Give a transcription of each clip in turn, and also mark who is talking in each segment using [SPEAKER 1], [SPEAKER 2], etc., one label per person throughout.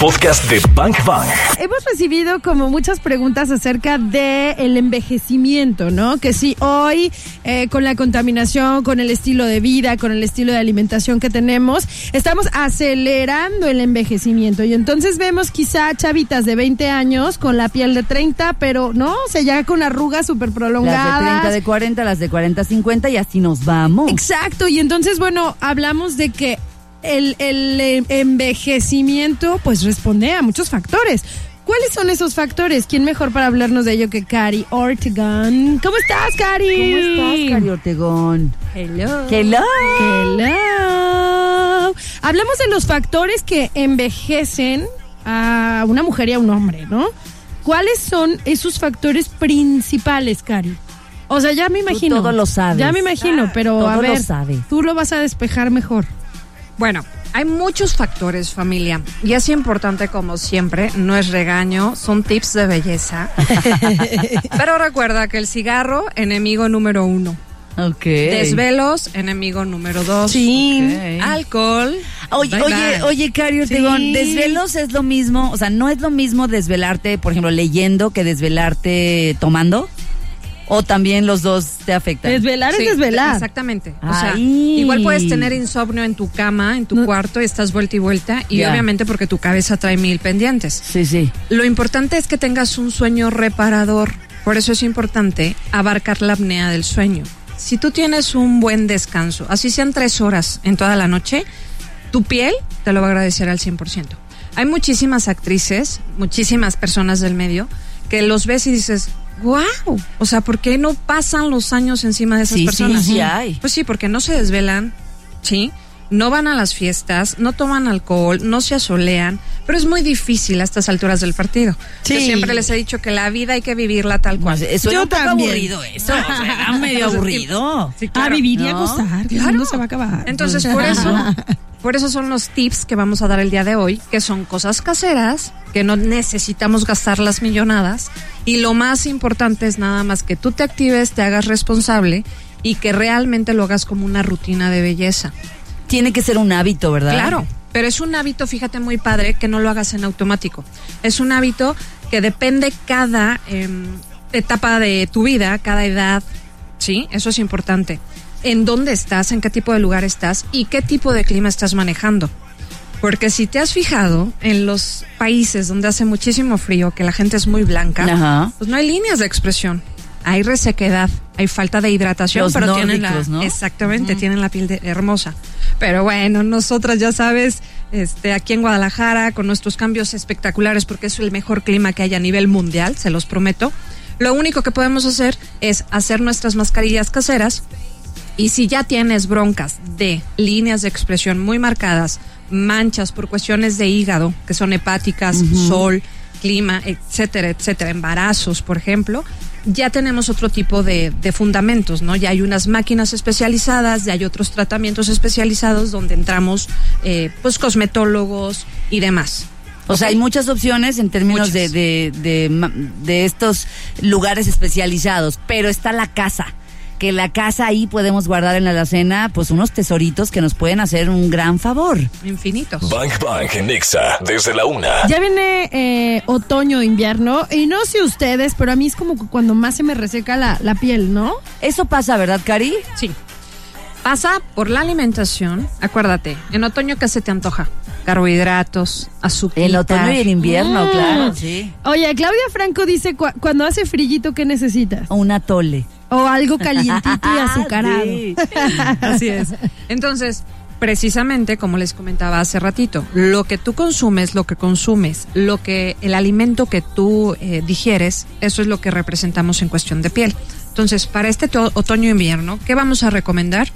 [SPEAKER 1] podcast de Bank Bang.
[SPEAKER 2] Hemos recibido como muchas preguntas acerca del el envejecimiento, ¿no? Que si hoy eh, con la contaminación, con el estilo de vida, con el estilo de alimentación que tenemos, estamos acelerando el envejecimiento. Y entonces vemos quizá chavitas de 20 años con la piel de 30, pero no, o sea, ya con arrugas súper prolongadas.
[SPEAKER 3] Las de 30 de 40, las de 40 50 y así nos vamos.
[SPEAKER 2] Exacto, y entonces, bueno, hablamos de que el, el, eh, envejecimiento pues responde a muchos factores. ¿Cuáles son esos factores? ¿Quién mejor para hablarnos de ello que Cari Ortegón? ¿Cómo estás, Cari?
[SPEAKER 3] ¿Cómo estás, Cari Ortegón?
[SPEAKER 4] Hello.
[SPEAKER 3] Hello.
[SPEAKER 2] Hello. Hablamos de los factores que envejecen a una mujer y a un hombre, ¿no? ¿Cuáles son esos factores principales, Cari? O sea, ya me imagino.
[SPEAKER 3] todo lo sabes.
[SPEAKER 2] Ya me
[SPEAKER 4] Ah,
[SPEAKER 2] imagino, pero
[SPEAKER 3] Todo
[SPEAKER 2] a
[SPEAKER 3] lo
[SPEAKER 2] ver,
[SPEAKER 3] sabe.
[SPEAKER 2] tú lo vas a despejar mejor.
[SPEAKER 4] Bueno, hay muchos factores, familia. Y es importante, como siempre, no es regaño, son tips de belleza. Pero recuerda que el cigarro, enemigo número uno.
[SPEAKER 3] Ok.
[SPEAKER 4] Desvelos, enemigo número dos.
[SPEAKER 2] Sí.
[SPEAKER 3] Ok.
[SPEAKER 4] Alcohol.
[SPEAKER 3] Ah, Oye,
[SPEAKER 4] bye
[SPEAKER 3] oye,
[SPEAKER 4] bye.
[SPEAKER 3] oye, Cari Ortegón,
[SPEAKER 2] Sí.
[SPEAKER 3] desvelos es lo mismo, o sea, no es lo mismo desvelarte, por ejemplo, leyendo que desvelarte tomando, o también los dos te afectan.
[SPEAKER 2] Desvelar
[SPEAKER 4] Sí,
[SPEAKER 2] es desvelar.
[SPEAKER 4] Exactamente. O sea,
[SPEAKER 3] Ay.
[SPEAKER 4] igual puedes tener insomnio en tu cama, en tu
[SPEAKER 2] No.
[SPEAKER 4] cuarto, y estás vuelta y vuelta, y
[SPEAKER 3] Ya.
[SPEAKER 4] obviamente porque tu cabeza trae mil pendientes.
[SPEAKER 3] sí, sí.
[SPEAKER 4] Lo importante es que tengas un sueño reparador. Por eso es importante abarcar la apnea del sueño. Si tú tienes un buen descanso, así sean tres horas en toda la noche, tu piel te lo va a agradecer al 100%. Hay muchísimas actrices, muchísimas personas del medio, que los ves y dices, wow, o sea, ¿por qué no pasan los años encima de esas
[SPEAKER 3] Sí, sí,
[SPEAKER 4] personas?
[SPEAKER 3] sí hay.
[SPEAKER 4] Pues sí, porque no se desvelan, ¿sí? No van a las fiestas, no toman alcohol, no se asolean, pero es muy difícil a estas alturas del partido.
[SPEAKER 2] Sí.
[SPEAKER 4] Yo siempre les he dicho que la vida hay que vivirla tal cual.
[SPEAKER 2] Yo
[SPEAKER 3] Eso Pues es un poco
[SPEAKER 2] también.
[SPEAKER 3] aburrido eso, o sea, medio aburrido.
[SPEAKER 4] Sí,
[SPEAKER 2] A
[SPEAKER 4] claro.
[SPEAKER 2] Ah, vivir y a
[SPEAKER 3] ¿No?
[SPEAKER 2] gozar, que el
[SPEAKER 4] Claro.
[SPEAKER 2] mundo se va a acabar.
[SPEAKER 4] Entonces, por eso, por eso son los tips que vamos a dar el día de hoy, que son cosas caseras, que no necesitamos gastar las millonadas. Y lo más importante es nada más que tú te actives, te hagas responsable y que realmente lo hagas como una rutina de belleza.
[SPEAKER 3] Tiene que ser un hábito, ¿verdad?
[SPEAKER 4] Claro, pero es un hábito, fíjate, muy padre que no lo hagas en automático. Es un hábito que depende cada em, etapa de tu vida, cada edad, ¿sí? Eso es importante. En dónde estás, en qué tipo de lugar estás y qué tipo de clima estás manejando. Porque si te has fijado en los países donde hace muchísimo frío, que la gente es muy blanca,
[SPEAKER 3] Ajá.
[SPEAKER 4] pues no hay líneas de expresión. Hay resequedad, hay falta de hidratación,
[SPEAKER 3] Los
[SPEAKER 4] pero tienen la
[SPEAKER 3] nórdicos, ¿no?
[SPEAKER 4] exactamente, tienen la piel de- hermosa. Pero bueno, nosotras ya sabes, este aquí en Guadalajara con nuestros cambios espectaculares porque es el mejor clima que hay a nivel mundial, se los prometo. Lo único que podemos hacer es hacer nuestras mascarillas caseras y si ya tienes broncas de líneas de expresión muy marcadas, manchas por cuestiones de hígado, que son hepáticas, sol, clima, etcétera, etcétera, embarazos, por ejemplo, ya tenemos otro tipo de, de fundamentos, ¿no? Ya hay unas máquinas especializadas, ya hay otros tratamientos especializados donde entramos, eh, pues, cosmetólogos y demás.
[SPEAKER 3] O sea, hay muchas opciones en términos de,
[SPEAKER 4] Muchas.
[SPEAKER 3] de, de ma- de estos lugares especializados, pero está la casa. Que la casa ahí podemos guardar en la alacena, pues unos tesoritos que nos pueden hacer un gran favor.
[SPEAKER 4] Infinitos.
[SPEAKER 1] Bank Bang en Exa desde la una.
[SPEAKER 2] Ya viene eh, otoño, invierno, y no sé ustedes, pero a mí es como que cuando más se me reseca la, la piel, ¿no?
[SPEAKER 3] Eso pasa, ¿verdad, Cari?
[SPEAKER 4] Sí. Pasa por la alimentación. Acuérdate, en otoño, ¿qué se te antoja? Carbohidratos, azúcar.
[SPEAKER 3] El otoño y el
[SPEAKER 2] Mm.
[SPEAKER 3] invierno, claro, sí.
[SPEAKER 2] Ah. Oye, Claudia Franco dice, "Cu- cuando hace frillito, ¿qué necesitas?
[SPEAKER 3] Un atole.
[SPEAKER 2] O algo calientito y azucarado.
[SPEAKER 3] Ah, Sí.
[SPEAKER 4] Así es. Entonces, precisamente como les comentaba hace ratito, lo que tú consumes, lo que consumes, lo que el alimento que tú eh, digieres, eso es lo que representamos en cuestión de piel. Entonces, para este to- otoño-invierno, ¿qué vamos a recomendar?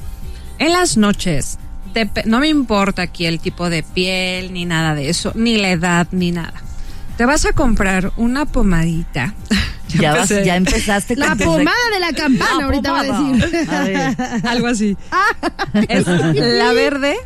[SPEAKER 4] En las noches, dep- no me importa aquí el tipo de piel, ni nada de eso, ni la edad, ni nada. Te vas a comprar una pomadita.
[SPEAKER 3] Ya, vas-
[SPEAKER 4] empecé.
[SPEAKER 3] ya empezaste
[SPEAKER 2] La
[SPEAKER 3] tus
[SPEAKER 2] pomada de la campana,
[SPEAKER 3] La
[SPEAKER 2] ahorita va a
[SPEAKER 3] pomada.
[SPEAKER 2] decir.
[SPEAKER 3] A ver.
[SPEAKER 4] Algo así. Es la verde,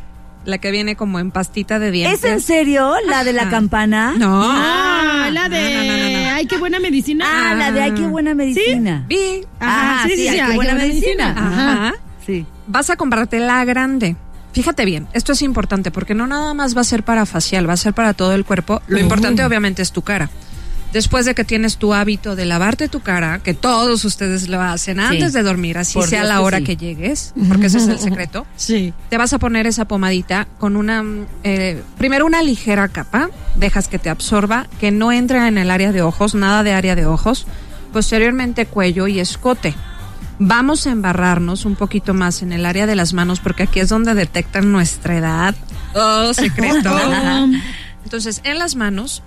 [SPEAKER 4] la que viene como en pastita de dientes.
[SPEAKER 3] ¿Es en serio la de la
[SPEAKER 4] Ajá.
[SPEAKER 3] campana?
[SPEAKER 4] No.
[SPEAKER 2] Ah, la de...
[SPEAKER 4] No, no, no, no, no.
[SPEAKER 2] Ay, qué buena medicina.
[SPEAKER 3] Ah, la de ay, qué buena medicina.
[SPEAKER 4] Vi.
[SPEAKER 2] Ajá,
[SPEAKER 3] Ah, sí, ay, qué
[SPEAKER 2] ay,
[SPEAKER 3] buena medicina.
[SPEAKER 2] Ajá.
[SPEAKER 4] Ajá.
[SPEAKER 3] Sí.
[SPEAKER 4] Vas a comprarte la grande. Fíjate bien, esto es importante porque no nada más va a ser para facial, va a ser para todo el cuerpo. Lo
[SPEAKER 3] Ujú.
[SPEAKER 4] importante obviamente es tu cara. Después de que tienes tu hábito de lavarte tu cara, que todos ustedes lo hacen antes de dormir, así
[SPEAKER 3] Por
[SPEAKER 4] sea
[SPEAKER 3] Dios
[SPEAKER 4] la
[SPEAKER 3] que
[SPEAKER 4] hora
[SPEAKER 3] sí.
[SPEAKER 4] que llegues, porque ese es el secreto,
[SPEAKER 2] Sí.
[SPEAKER 4] te vas a poner esa pomadita con una, mm, eh, primero una ligera capa, dejas que te absorba, que no entra en el área de ojos, nada de área de ojos, posteriormente cuello y escote. Vamos a embarrarnos un poquito más en el área de las manos porque aquí es donde detectan nuestra edad. Oh, secreto. Entonces, en las manos,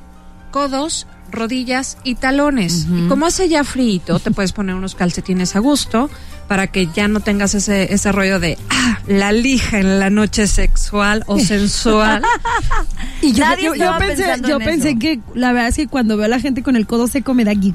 [SPEAKER 4] codos, rodillas y talones. Y como hace ya frío, te puedes poner unos calcetines a gusto para que ya no tengas ese, ese rollo de ah, la lija en la noche sexual o sensual.
[SPEAKER 2] Y yo,
[SPEAKER 3] Nadie
[SPEAKER 2] yo- yo
[SPEAKER 3] estaba
[SPEAKER 2] pensé,
[SPEAKER 3] pensando
[SPEAKER 2] yo
[SPEAKER 3] en
[SPEAKER 2] pensé
[SPEAKER 3] eso.
[SPEAKER 2] que la verdad es que cuando veo a la gente con el codo seco me da geek.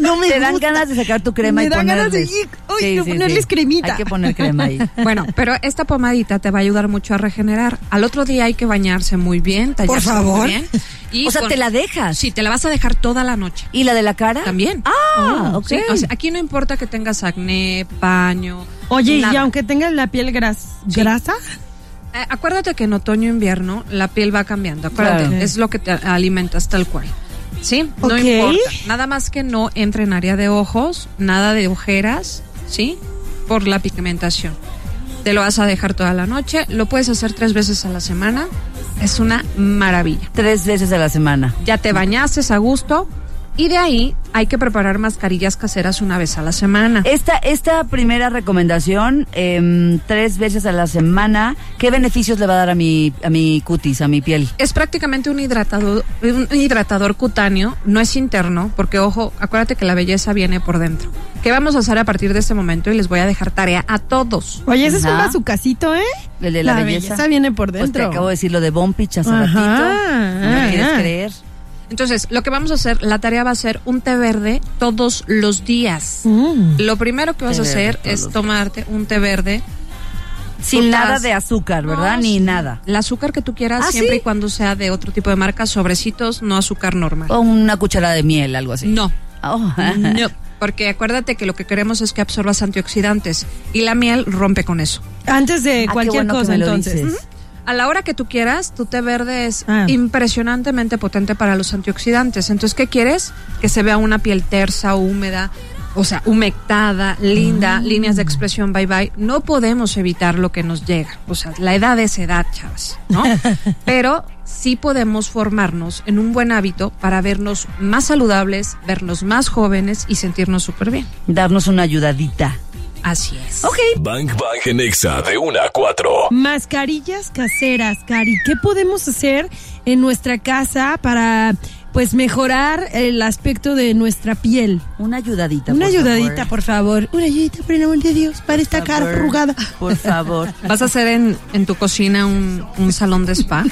[SPEAKER 2] no me
[SPEAKER 3] Te dan
[SPEAKER 2] gusta.
[SPEAKER 3] ganas de sacar tu crema
[SPEAKER 2] Me
[SPEAKER 3] y
[SPEAKER 2] da
[SPEAKER 3] ponerles.
[SPEAKER 2] ganas de geek. Ay, de ponerles cremita.
[SPEAKER 3] Hay que poner crema ahí.
[SPEAKER 4] Bueno, pero esta pomadita te va a ayudar mucho a regenerar. Al otro día hay que bañarse muy bien, tallarse muy
[SPEAKER 2] favor.
[SPEAKER 4] bien. Y
[SPEAKER 3] o sea,
[SPEAKER 4] con-
[SPEAKER 3] te la dejas.
[SPEAKER 4] Sí, te la vas a dejar toda la noche.
[SPEAKER 3] ¿Y la de la cara?
[SPEAKER 4] También. Oh,
[SPEAKER 3] Ah, ok.
[SPEAKER 4] Sí, o sea, aquí no importa que tengas acné, paño.
[SPEAKER 2] Oye, y
[SPEAKER 4] nada.
[SPEAKER 2] aunque tengas la piel gras-
[SPEAKER 4] Sí.
[SPEAKER 2] grasa,
[SPEAKER 4] Eh, acuérdate que en otoño e invierno la piel va cambiando. Acuérdate,
[SPEAKER 3] Claro.
[SPEAKER 4] es lo que te alimentas tal cual. ¿Sí? No
[SPEAKER 2] Ok.
[SPEAKER 4] importa. Nada más que no entre en área de ojos, nada de ojeras, ¿sí? Por la pigmentación. Te lo vas a dejar toda la noche, lo puedes hacer tres veces a la semana. Es una maravilla.
[SPEAKER 3] Tres veces a la semana.
[SPEAKER 4] Ya te bañaste a gusto y de ahí hay que preparar mascarillas caseras una vez a la semana.
[SPEAKER 3] Esta, esta primera recomendación, em, tres veces a la semana, ¿qué beneficios le va a dar a mi, a mi cutis, a mi piel?
[SPEAKER 4] Es prácticamente un hidratador, un hidratador cutáneo, no es interno, porque ojo, acuérdate que la belleza viene por dentro. ¿Qué vamos a hacer a partir de este momento? Y les voy a dejar tarea a todos.
[SPEAKER 2] oye, ese es un
[SPEAKER 3] Ajá.
[SPEAKER 2] bazucacito, ¿eh?
[SPEAKER 3] El de la belleza.
[SPEAKER 2] viene por
[SPEAKER 3] Pues te
[SPEAKER 2] dentro.
[SPEAKER 3] acabo de decir lo de Bompich hace
[SPEAKER 2] Ajá,
[SPEAKER 3] ratito. No me
[SPEAKER 2] ajá.
[SPEAKER 3] quieres creer.
[SPEAKER 4] Entonces, lo que vamos a hacer, la tarea va a ser un té verde todos los días.
[SPEAKER 2] Mm.
[SPEAKER 4] Lo primero que vas
[SPEAKER 3] Té
[SPEAKER 4] a
[SPEAKER 3] verde
[SPEAKER 4] hacer
[SPEAKER 3] todos
[SPEAKER 4] es
[SPEAKER 3] los
[SPEAKER 4] tomarte un té verde.
[SPEAKER 3] Sin
[SPEAKER 4] Frutas.
[SPEAKER 3] nada de azúcar, ¿verdad?
[SPEAKER 4] No,
[SPEAKER 3] Ni
[SPEAKER 4] sí.
[SPEAKER 3] nada.
[SPEAKER 4] El azúcar que tú quieras,
[SPEAKER 3] ¿Ah,
[SPEAKER 4] siempre
[SPEAKER 3] sí?
[SPEAKER 4] y cuando sea de otro tipo de marca, sobrecitos, no azúcar normal.
[SPEAKER 3] O una cucharada de miel, algo así.
[SPEAKER 4] No,
[SPEAKER 3] Oh.
[SPEAKER 4] No, porque acuérdate que lo que queremos es que absorbas antioxidantes y la miel rompe con eso.
[SPEAKER 2] Antes de
[SPEAKER 3] Ah, qué
[SPEAKER 2] cualquier
[SPEAKER 3] bueno que
[SPEAKER 2] cosa,
[SPEAKER 3] me lo
[SPEAKER 2] entonces.
[SPEAKER 3] dices.
[SPEAKER 4] A la hora que tú quieras, tu té verde es
[SPEAKER 2] Ah.
[SPEAKER 4] impresionantemente potente para los antioxidantes. Entonces, ¿qué quieres? Que se vea una piel tersa, húmeda, o sea, humectada, linda, líneas de expresión bye bye. No podemos evitar lo que nos llega. O sea, la edad es edad, chavas, ¿no? Pero sí podemos formarnos en un buen hábito para vernos más saludables, vernos más jóvenes y sentirnos súper bien.
[SPEAKER 3] Darnos una ayudadita.
[SPEAKER 4] Así es.
[SPEAKER 3] Ok.
[SPEAKER 1] Bank Bank en Exa de 1 a 4.
[SPEAKER 2] Mascarillas caseras, Cari. ¿Qué podemos hacer en nuestra casa para pues mejorar el aspecto de nuestra piel?
[SPEAKER 3] Una ayudadita.
[SPEAKER 2] Una
[SPEAKER 3] por
[SPEAKER 2] ayudadita,
[SPEAKER 3] favor.
[SPEAKER 2] por favor. Una ayudadita, por el amor de Dios, para esta cara
[SPEAKER 3] favor.
[SPEAKER 2] arrugada.
[SPEAKER 3] Por favor.
[SPEAKER 4] ¿Vas a hacer en, en tu cocina un, un salón de spa?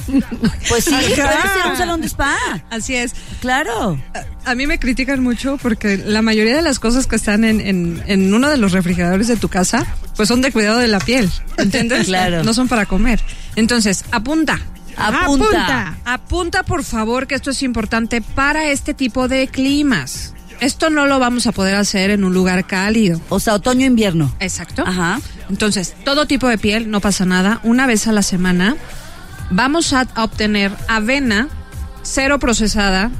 [SPEAKER 3] Pues sí, puede ser un salón de spa.
[SPEAKER 4] Así es.
[SPEAKER 3] Claro.
[SPEAKER 4] A mí me critican mucho porque la mayoría de las cosas que están en, en, en uno de los refrigeradores de tu casa, pues son de cuidado de la piel, ¿entiendes?
[SPEAKER 3] Claro.
[SPEAKER 4] No son para comer. Entonces, apunta.
[SPEAKER 3] Apunta.
[SPEAKER 4] Apunta, por favor, que esto es importante para este tipo de climas. Esto no lo vamos a poder hacer en un lugar cálido.
[SPEAKER 3] O sea, otoño-invierno.
[SPEAKER 4] Exacto.
[SPEAKER 3] Ajá.
[SPEAKER 4] Entonces, todo tipo de piel, no pasa nada. Una vez a la semana vamos a, a obtener avena cero procesada,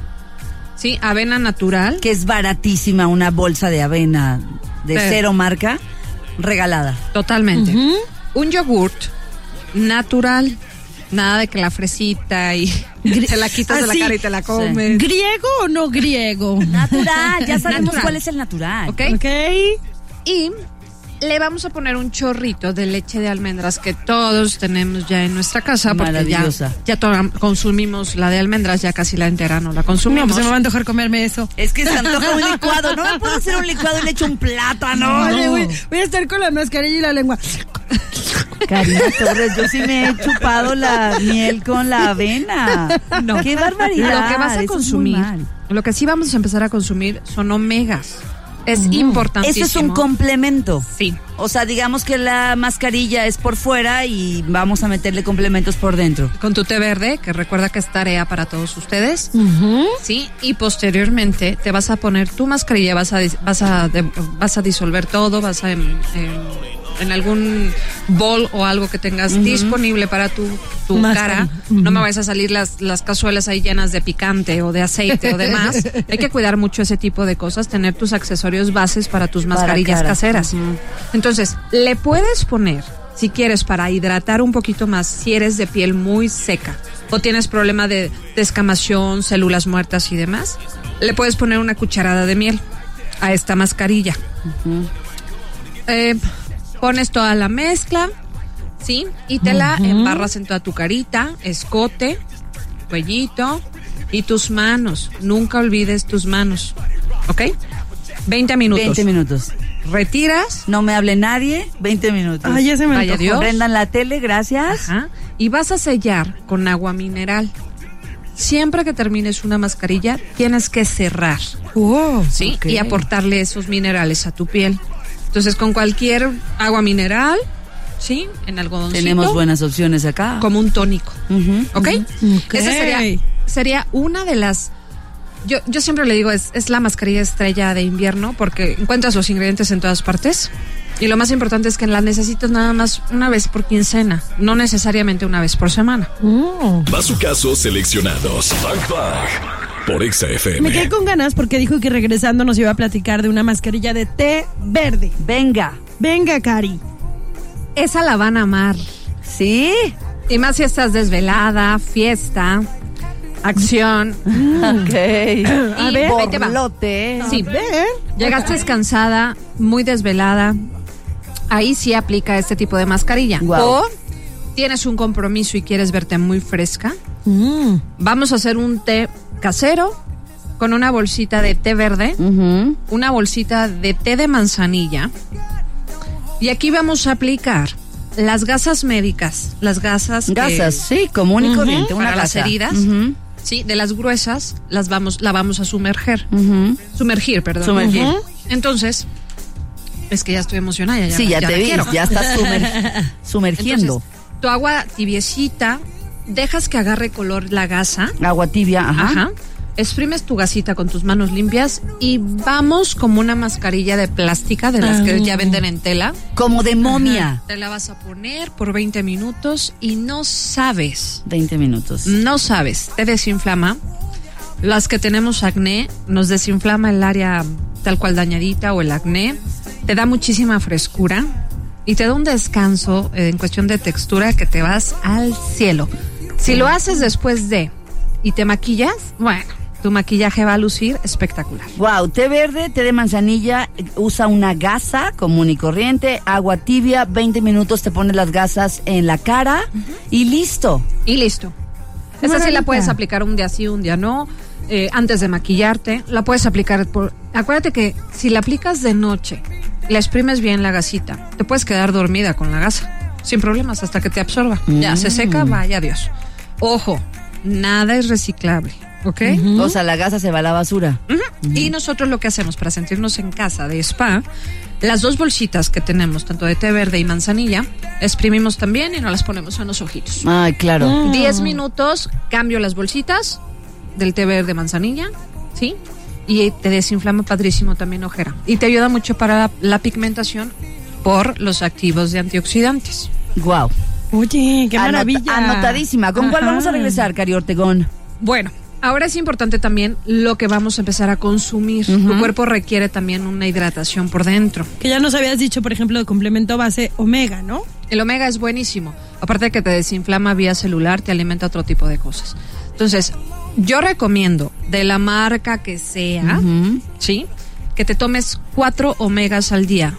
[SPEAKER 4] ¿sí? Avena natural.
[SPEAKER 3] Que es baratísima una bolsa de avena de
[SPEAKER 4] Sí.
[SPEAKER 3] cero marca regalada.
[SPEAKER 4] Totalmente. Un yogurt natural. Nada de que la fresita y te la quitas de
[SPEAKER 2] Así.
[SPEAKER 4] la cara y te la comes.
[SPEAKER 2] ¿Griego o no griego?
[SPEAKER 3] Natural, ya sabemos
[SPEAKER 4] Natural.
[SPEAKER 3] cuál es el natural.
[SPEAKER 4] ¿Ok?
[SPEAKER 2] ¿Ok?
[SPEAKER 4] Y le vamos a poner un chorrito de leche de almendras que todos tenemos ya en nuestra casa porque ya,
[SPEAKER 3] Maravillosa.
[SPEAKER 4] ya to- consumimos la de almendras, ya casi la entera no la
[SPEAKER 2] No,
[SPEAKER 4] consumimos.
[SPEAKER 2] pues se me va a antojar comerme eso.
[SPEAKER 3] Es que se antoja un licuado, no me puedo hacer un licuado y le echo un plátano.
[SPEAKER 2] Oye, güey, voy a estar con la mascarilla y la lengua.
[SPEAKER 3] Karina Torres, yo sí me he chupado la miel con la avena. No. Qué barbaridad.
[SPEAKER 4] Lo que vas
[SPEAKER 3] eso
[SPEAKER 4] a
[SPEAKER 3] es
[SPEAKER 4] consumir,
[SPEAKER 3] muy mal.
[SPEAKER 4] lo que sí vamos a empezar a consumir son omegas.
[SPEAKER 3] Mm.
[SPEAKER 4] Es
[SPEAKER 3] Eso
[SPEAKER 4] importantísimo.
[SPEAKER 3] es un complemento.
[SPEAKER 4] Sí.
[SPEAKER 3] O sea, digamos que la mascarilla es por fuera y vamos a meterle complementos por dentro.
[SPEAKER 4] Con tu té verde, que recuerda que es tarea para todos ustedes. Sí, y posteriormente te vas a poner tu mascarilla, vas a, dis- vas a, de- vas a disolver todo, vas a em, em, en algún bol o algo que tengas disponible para tu, tu
[SPEAKER 2] Máscara.
[SPEAKER 4] cara. No me vayas a salir las, las cazuelas ahí llenas de picante o de aceite o demás. Hay que cuidar mucho ese tipo de cosas, tener tus accesorios bases para tus
[SPEAKER 3] Para
[SPEAKER 4] mascarillas
[SPEAKER 3] cara.
[SPEAKER 4] caseras.
[SPEAKER 3] Ujú.
[SPEAKER 4] Entonces, le puedes poner, si quieres, para hidratar un poquito más, si eres de piel muy seca o tienes problema de descamación, células muertas y demás, le puedes poner una cucharada de miel a esta mascarilla. Eh, pones toda la mezcla, ¿sí? Y te la embarras en toda tu carita, escote, cuellito y tus manos. Nunca olvides tus manos, ¿ok? 20 minutos.
[SPEAKER 3] 20 minutos.
[SPEAKER 4] Retiras.
[SPEAKER 3] No me hable nadie, 20 minutos.
[SPEAKER 2] Ay, ya se me
[SPEAKER 4] Vaya
[SPEAKER 2] antojó.
[SPEAKER 4] Dios.
[SPEAKER 3] Prendan la tele, gracias.
[SPEAKER 4] Ajá. Y vas a sellar con agua mineral. Siempre que termines una mascarilla, tienes que cerrar,
[SPEAKER 2] Wow.
[SPEAKER 4] ¿sí?
[SPEAKER 3] Ok.
[SPEAKER 4] Y aportarle esos minerales a tu piel. Entonces, con cualquier agua mineral, ¿sí? En algodoncito.
[SPEAKER 3] Tenemos buenas opciones acá.
[SPEAKER 4] Como un tónico.
[SPEAKER 3] Ujú.
[SPEAKER 4] ¿Ok?
[SPEAKER 2] Ok.
[SPEAKER 4] Esa sería, sería una de las... Yo, yo siempre le digo, es, es la mascarilla estrella de invierno porque encuentras los ingredientes en todas partes. Y lo más importante es que la necesitas nada más una vez por quincena, no necesariamente una vez por semana.
[SPEAKER 2] Mm.
[SPEAKER 1] Bazucazos seleccionados. Bang Bang. Por Exa
[SPEAKER 2] Me
[SPEAKER 1] FM.
[SPEAKER 2] quedé con ganas porque dijo que regresando nos iba a platicar de una mascarilla de té verde.
[SPEAKER 3] Venga.
[SPEAKER 2] Venga, Cari.
[SPEAKER 4] Esa la van a amar.
[SPEAKER 3] ¿Sí?
[SPEAKER 4] Y más si estás desvelada, fiesta, acción.
[SPEAKER 3] Ok.
[SPEAKER 2] A
[SPEAKER 4] Y
[SPEAKER 2] ver.
[SPEAKER 4] ahí te va.
[SPEAKER 3] Borlote.
[SPEAKER 4] Sí.
[SPEAKER 2] A ver.
[SPEAKER 4] Llegaste descansada, muy desvelada. Ahí sí aplica este tipo de mascarilla.
[SPEAKER 3] Guau.
[SPEAKER 4] O tienes un compromiso y quieres verte muy fresca.
[SPEAKER 2] Mm.
[SPEAKER 4] Vamos a hacer un té casero con una bolsita de té verde,
[SPEAKER 3] Ujú.
[SPEAKER 4] una bolsita de té de manzanilla. Y aquí vamos a aplicar las gasas médicas, las gasas. eh,
[SPEAKER 3] Gasas, sí, común y corriente. Una
[SPEAKER 4] para las
[SPEAKER 3] gasa.
[SPEAKER 4] heridas,
[SPEAKER 3] Ujú,
[SPEAKER 4] sí, de las gruesas, las vamos, la vamos a sumerger.
[SPEAKER 3] ujú.
[SPEAKER 4] Sumergir, perdón.
[SPEAKER 3] Sumergir.
[SPEAKER 4] Ujú. Entonces, es que ya estoy emocionada. Ya,
[SPEAKER 3] Sí, ya, te
[SPEAKER 4] la
[SPEAKER 3] vi,
[SPEAKER 4] quiero.
[SPEAKER 3] ya estás sumer- sumergiendo.
[SPEAKER 4] Entonces, tu agua tibiecita, dejas que agarre color la gasa.
[SPEAKER 3] Agua tibia, ajá.
[SPEAKER 4] Ajá. Exprimes tu gasita con tus manos limpias y vamos como una mascarilla de plástica de las que ya venden en tela.
[SPEAKER 3] Como de Ah. momia.
[SPEAKER 4] Te la vas a poner por 20 minutos y no sabes,
[SPEAKER 3] 20 minutos.
[SPEAKER 4] no sabes, te desinflama. Las que tenemos acné, nos desinflama el área tal cual dañadita o el acné. Te da muchísima frescura y te da un descanso eh, en cuestión de textura que te vas al cielo. Si lo haces después de y te maquillas, bueno, tu maquillaje va a lucir espectacular.
[SPEAKER 3] Wow, té verde, té de manzanilla, eh, usa una gasa común y corriente, agua tibia, 20 minutos te pones las gasas en la cara y listo.
[SPEAKER 4] Y listo. Esa sí
[SPEAKER 2] Maravilla.
[SPEAKER 4] la puedes aplicar un día sí, un día no. eh, antes de maquillarte, la puedes aplicar por. Acuérdate que si la aplicas de noche, la exprimes bien la gasita, te puedes quedar dormida con la gasa, sin problemas, hasta que te absorba. Ya se seca, vaya adiós. Ojo, nada es reciclable, ¿ok?
[SPEAKER 3] O sea, la gasa se va a la basura.
[SPEAKER 4] Ujú. Y nosotros lo que hacemos para sentirnos en casa de spa, las dos bolsitas que tenemos, tanto de té verde y manzanilla, exprimimos también y nos las ponemos en los ojitos.
[SPEAKER 3] Ay, claro.
[SPEAKER 4] 10 minutos, cambio las bolsitas del té verde manzanilla, ¿sí? Y te desinflama padrísimo también ojera. Y te ayuda mucho para la, la pigmentación por los activos de antioxidantes.
[SPEAKER 3] Wow.
[SPEAKER 2] Oye, qué maravilla.
[SPEAKER 3] Anotadísima. ¿Con cuál
[SPEAKER 2] Ajá.
[SPEAKER 3] vamos a regresar, Cari Ortegón?
[SPEAKER 4] Bueno, ahora es importante también lo que vamos a empezar a consumir. Tu cuerpo requiere también una hidratación por dentro.
[SPEAKER 2] Que ya nos habías dicho, por ejemplo, de complemento base omega, ¿no?
[SPEAKER 4] El omega es buenísimo. Aparte de que te desinflama vía celular, te alimenta otro tipo de cosas. Entonces, yo recomiendo, de la marca que sea, ¿sí? Que te tomes cuatro omegas al día,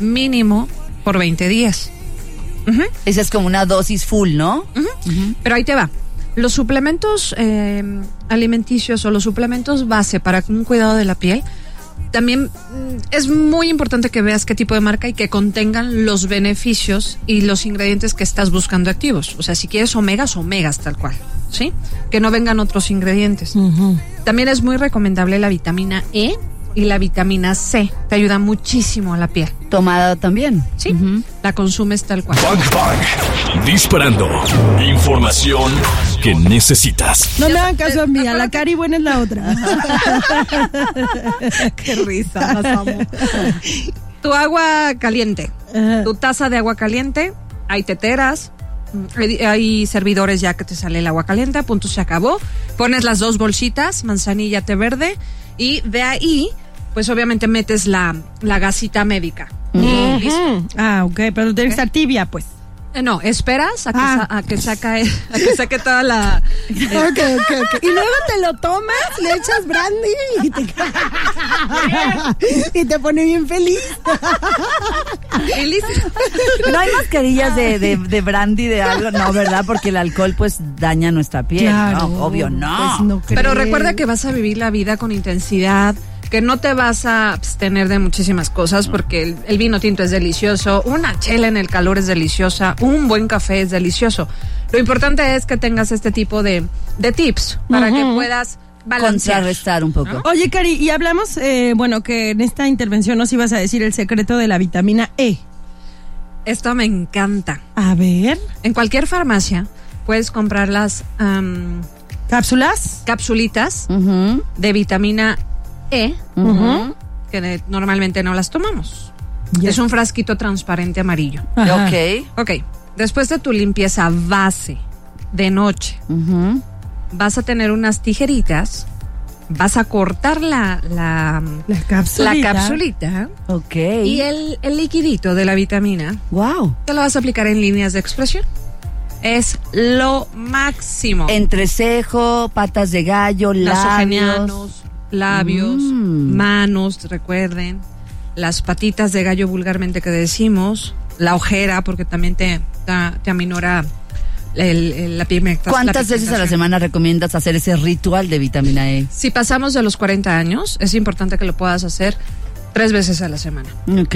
[SPEAKER 4] mínimo por 20 días.
[SPEAKER 3] Esa es como una dosis full, ¿no?
[SPEAKER 4] Ujú. Pero ahí te va. Los suplementos eh, alimenticios o los suplementos base para un cuidado de la piel, también mm, es muy importante que veas qué tipo de marca y que contengan los beneficios y los ingredientes que estás buscando activos. O sea, si quieres omegas, omegas tal cual, ¿sí? Que no vengan otros ingredientes. También es muy recomendable la vitamina E y la vitamina C. Te ayuda muchísimo a la piel,
[SPEAKER 3] Tomada también.
[SPEAKER 4] ¿sí? La consumes tal cual.
[SPEAKER 1] Bang Bang. Disparando. Información que necesitas.
[SPEAKER 2] No me hagan caso a mí, a la Cari buena es la otra.
[SPEAKER 4] Qué risa, Tu agua caliente,
[SPEAKER 2] Ajá.
[SPEAKER 4] tu taza de agua caliente, hay teteras, mm, hay, hay servidores ya que te sale el agua caliente, a punto se acabó. Pones las dos bolsitas, manzanilla, té verde, y de ahí, pues obviamente metes la, la gasita médica. Y listo.
[SPEAKER 2] Ujú. Ah, ok, pero tiene que estar tibia, pues.
[SPEAKER 4] Eh, No, esperas a que,
[SPEAKER 2] Ah.
[SPEAKER 4] sa- a que saca- e, a que saque toda la... eh.
[SPEAKER 2] Ok, ok, ok. Y luego te lo tomas, le echas brandy y te, y te pone bien feliz.
[SPEAKER 4] y listo.
[SPEAKER 3] No hay mascarillas de, de, de brandy, de algo, no, ¿verdad? Porque el alcohol pues daña nuestra piel. no, obvio, no.
[SPEAKER 2] pues no
[SPEAKER 4] Pero
[SPEAKER 2] creo.
[SPEAKER 4] recuerda que vas a vivir la vida con intensidad, que no te vas a abstener de muchísimas cosas, porque el, el vino tinto es delicioso, una chela en el calor es deliciosa, un buen café es delicioso. Lo importante es que tengas este tipo de, de tips para que puedas balancear.
[SPEAKER 3] Contrarrestar un poco.
[SPEAKER 2] Oye, Cari, y hablamos, eh, bueno, que en esta intervención nos ibas a decir el secreto de la vitamina E.
[SPEAKER 4] Esto me encanta.
[SPEAKER 2] A ver,
[SPEAKER 4] En cualquier farmacia puedes comprar las am,
[SPEAKER 2] cápsulas.
[SPEAKER 4] capsulitas
[SPEAKER 3] Ujú,
[SPEAKER 4] de vitamina E,
[SPEAKER 3] ujú.
[SPEAKER 4] que de- normalmente no las tomamos.
[SPEAKER 2] Ya.
[SPEAKER 4] Es un frasquito transparente amarillo.
[SPEAKER 2] Ajá.
[SPEAKER 3] Ok.
[SPEAKER 4] Ok, después de tu limpieza base de noche,
[SPEAKER 3] Ujú.
[SPEAKER 4] vas a tener unas tijeritas, vas a cortar la, la,
[SPEAKER 2] La
[SPEAKER 4] la
[SPEAKER 2] cápsula.
[SPEAKER 4] capsulita
[SPEAKER 3] Ok.
[SPEAKER 4] y el, el liquidito de la vitamina,
[SPEAKER 3] Wow.
[SPEAKER 4] te lo vas a aplicar en líneas de expresión. Es lo máximo.
[SPEAKER 3] Entrecejo, patas de gallo, labios.
[SPEAKER 4] nasogenianos, labios,
[SPEAKER 3] Mm.
[SPEAKER 4] manos, recuerden, las patitas de gallo vulgarmente que decimos, la ojera, porque también te, da- te aminora el- el- la pigmenta.
[SPEAKER 3] ¿Cuántas veces a la semana recomiendas hacer ese ritual de vitamina E?
[SPEAKER 4] Si pasamos de los 40 años, es importante que lo puedas hacer tres veces a la semana.
[SPEAKER 3] Ok.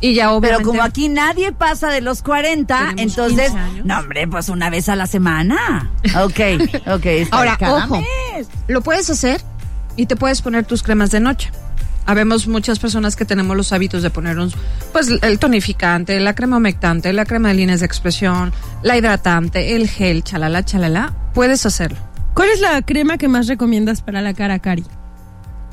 [SPEAKER 4] Y ya
[SPEAKER 3] Pero
[SPEAKER 4] obviamente...
[SPEAKER 3] como aquí nadie pasa de los 40,
[SPEAKER 4] Tenemos
[SPEAKER 3] entonces,
[SPEAKER 4] 15 años.
[SPEAKER 3] no hombre, pues una vez a la semana. Ok, ok. está
[SPEAKER 4] Ahora,
[SPEAKER 3] cada
[SPEAKER 4] ojo,
[SPEAKER 3] mes.
[SPEAKER 4] lo puedes hacer y te puedes poner tus cremas de noche. Habemos muchas personas que tenemos los hábitos de ponernos, pues, el tonificante, la crema humectante, la crema de líneas de expresión, la hidratante, el gel, chalala, chalala. Puedes hacerlo.
[SPEAKER 2] ¿Cuál es la crema que más recomiendas para la cara, Cari?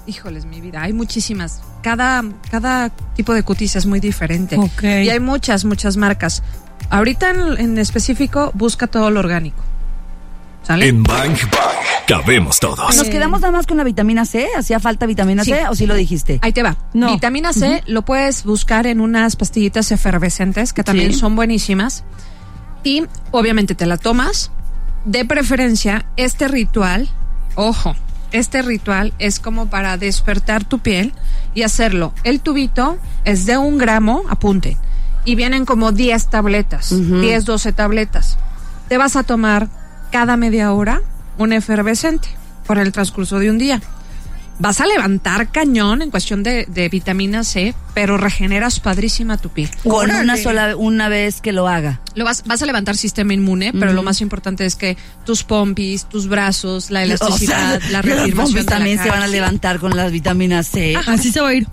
[SPEAKER 4] Híjoles, mi vida, hay muchísimas. Cada, cada tipo de cutis es muy diferente.
[SPEAKER 2] Ok.
[SPEAKER 4] Y hay muchas, muchas marcas. Ahorita en, en específico, busca todo lo orgánico. ¿Sale?
[SPEAKER 1] En Bang Bang cabemos todos.
[SPEAKER 3] Nos quedamos nada más con la vitamina C. ¿Hacía falta vitamina
[SPEAKER 4] Eh. Sí.
[SPEAKER 3] C o sí lo dijiste?
[SPEAKER 4] Ahí te va.
[SPEAKER 2] No.
[SPEAKER 4] Vitamina C lo puedes buscar en unas pastillitas efervescentes que también
[SPEAKER 3] Sí.
[SPEAKER 4] son buenísimas. Y obviamente te la tomas. De preferencia, este ritual, ojo, este ritual es como para despertar tu piel y hacerlo. El tubito es de un gramo, apunte, y vienen como 10 tabletas, 10, 12 tabletas. Te vas a tomar cada media hora un efervescente por el transcurso de un día vas a levantar cañón en cuestión de, de vitamina C, pero regeneras padrísima tu piel.
[SPEAKER 3] Con una sola una vez que lo haga.
[SPEAKER 4] Lo vas, vas a levantar sistema inmune, pero lo más importante es que tus pompis, tus brazos, la elasticidad,
[SPEAKER 3] O sea,
[SPEAKER 4] la
[SPEAKER 3] los
[SPEAKER 4] reafirmación
[SPEAKER 3] pompis
[SPEAKER 4] de la
[SPEAKER 3] también se
[SPEAKER 4] cara. Ah,
[SPEAKER 3] van a levantar con la vitamina C.
[SPEAKER 2] Así se va a ir.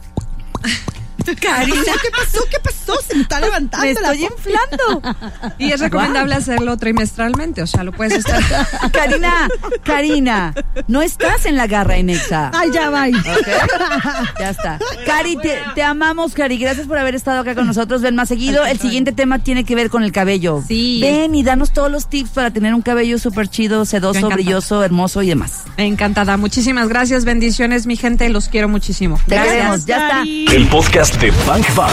[SPEAKER 3] Karina,
[SPEAKER 2] Ah. ¿Qué pasó? ¿Qué pasó? Se me está levantando.
[SPEAKER 3] me estoy inflando.
[SPEAKER 4] Y es recomendable hacerlo trimestralmente, o sea, lo puedes estar...
[SPEAKER 3] Karina, Karina, no estás en la garra en Exa.
[SPEAKER 2] Ay, ya va.
[SPEAKER 3] Ok, Ya está. Cari, te, te amamos, Cari. Gracias por haber estado acá con nosotros. Ven más seguido. El siguiente tema tiene que ver con el cabello.
[SPEAKER 4] Sí.
[SPEAKER 3] Ven y danos todos los tips para tener un cabello súper chido, sedoso,
[SPEAKER 4] encantada.
[SPEAKER 3] brilloso, hermoso y demás.
[SPEAKER 4] Encantada, muchísimas gracias, bendiciones mi gente, los quiero muchísimo.
[SPEAKER 3] Te
[SPEAKER 4] Gracias.
[SPEAKER 3] queremos. Ya está.
[SPEAKER 1] El podcast de Bang Bang.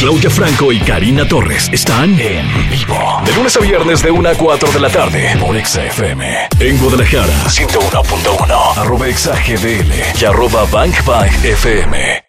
[SPEAKER 1] Claudia Franco y Karina Torres están en vivo. De lunes a viernes de 1 a 4 de la tarde por Exa FM. En Guadalajara, 101.1. Arroba Exa GDL y arroba Bang Bang FM.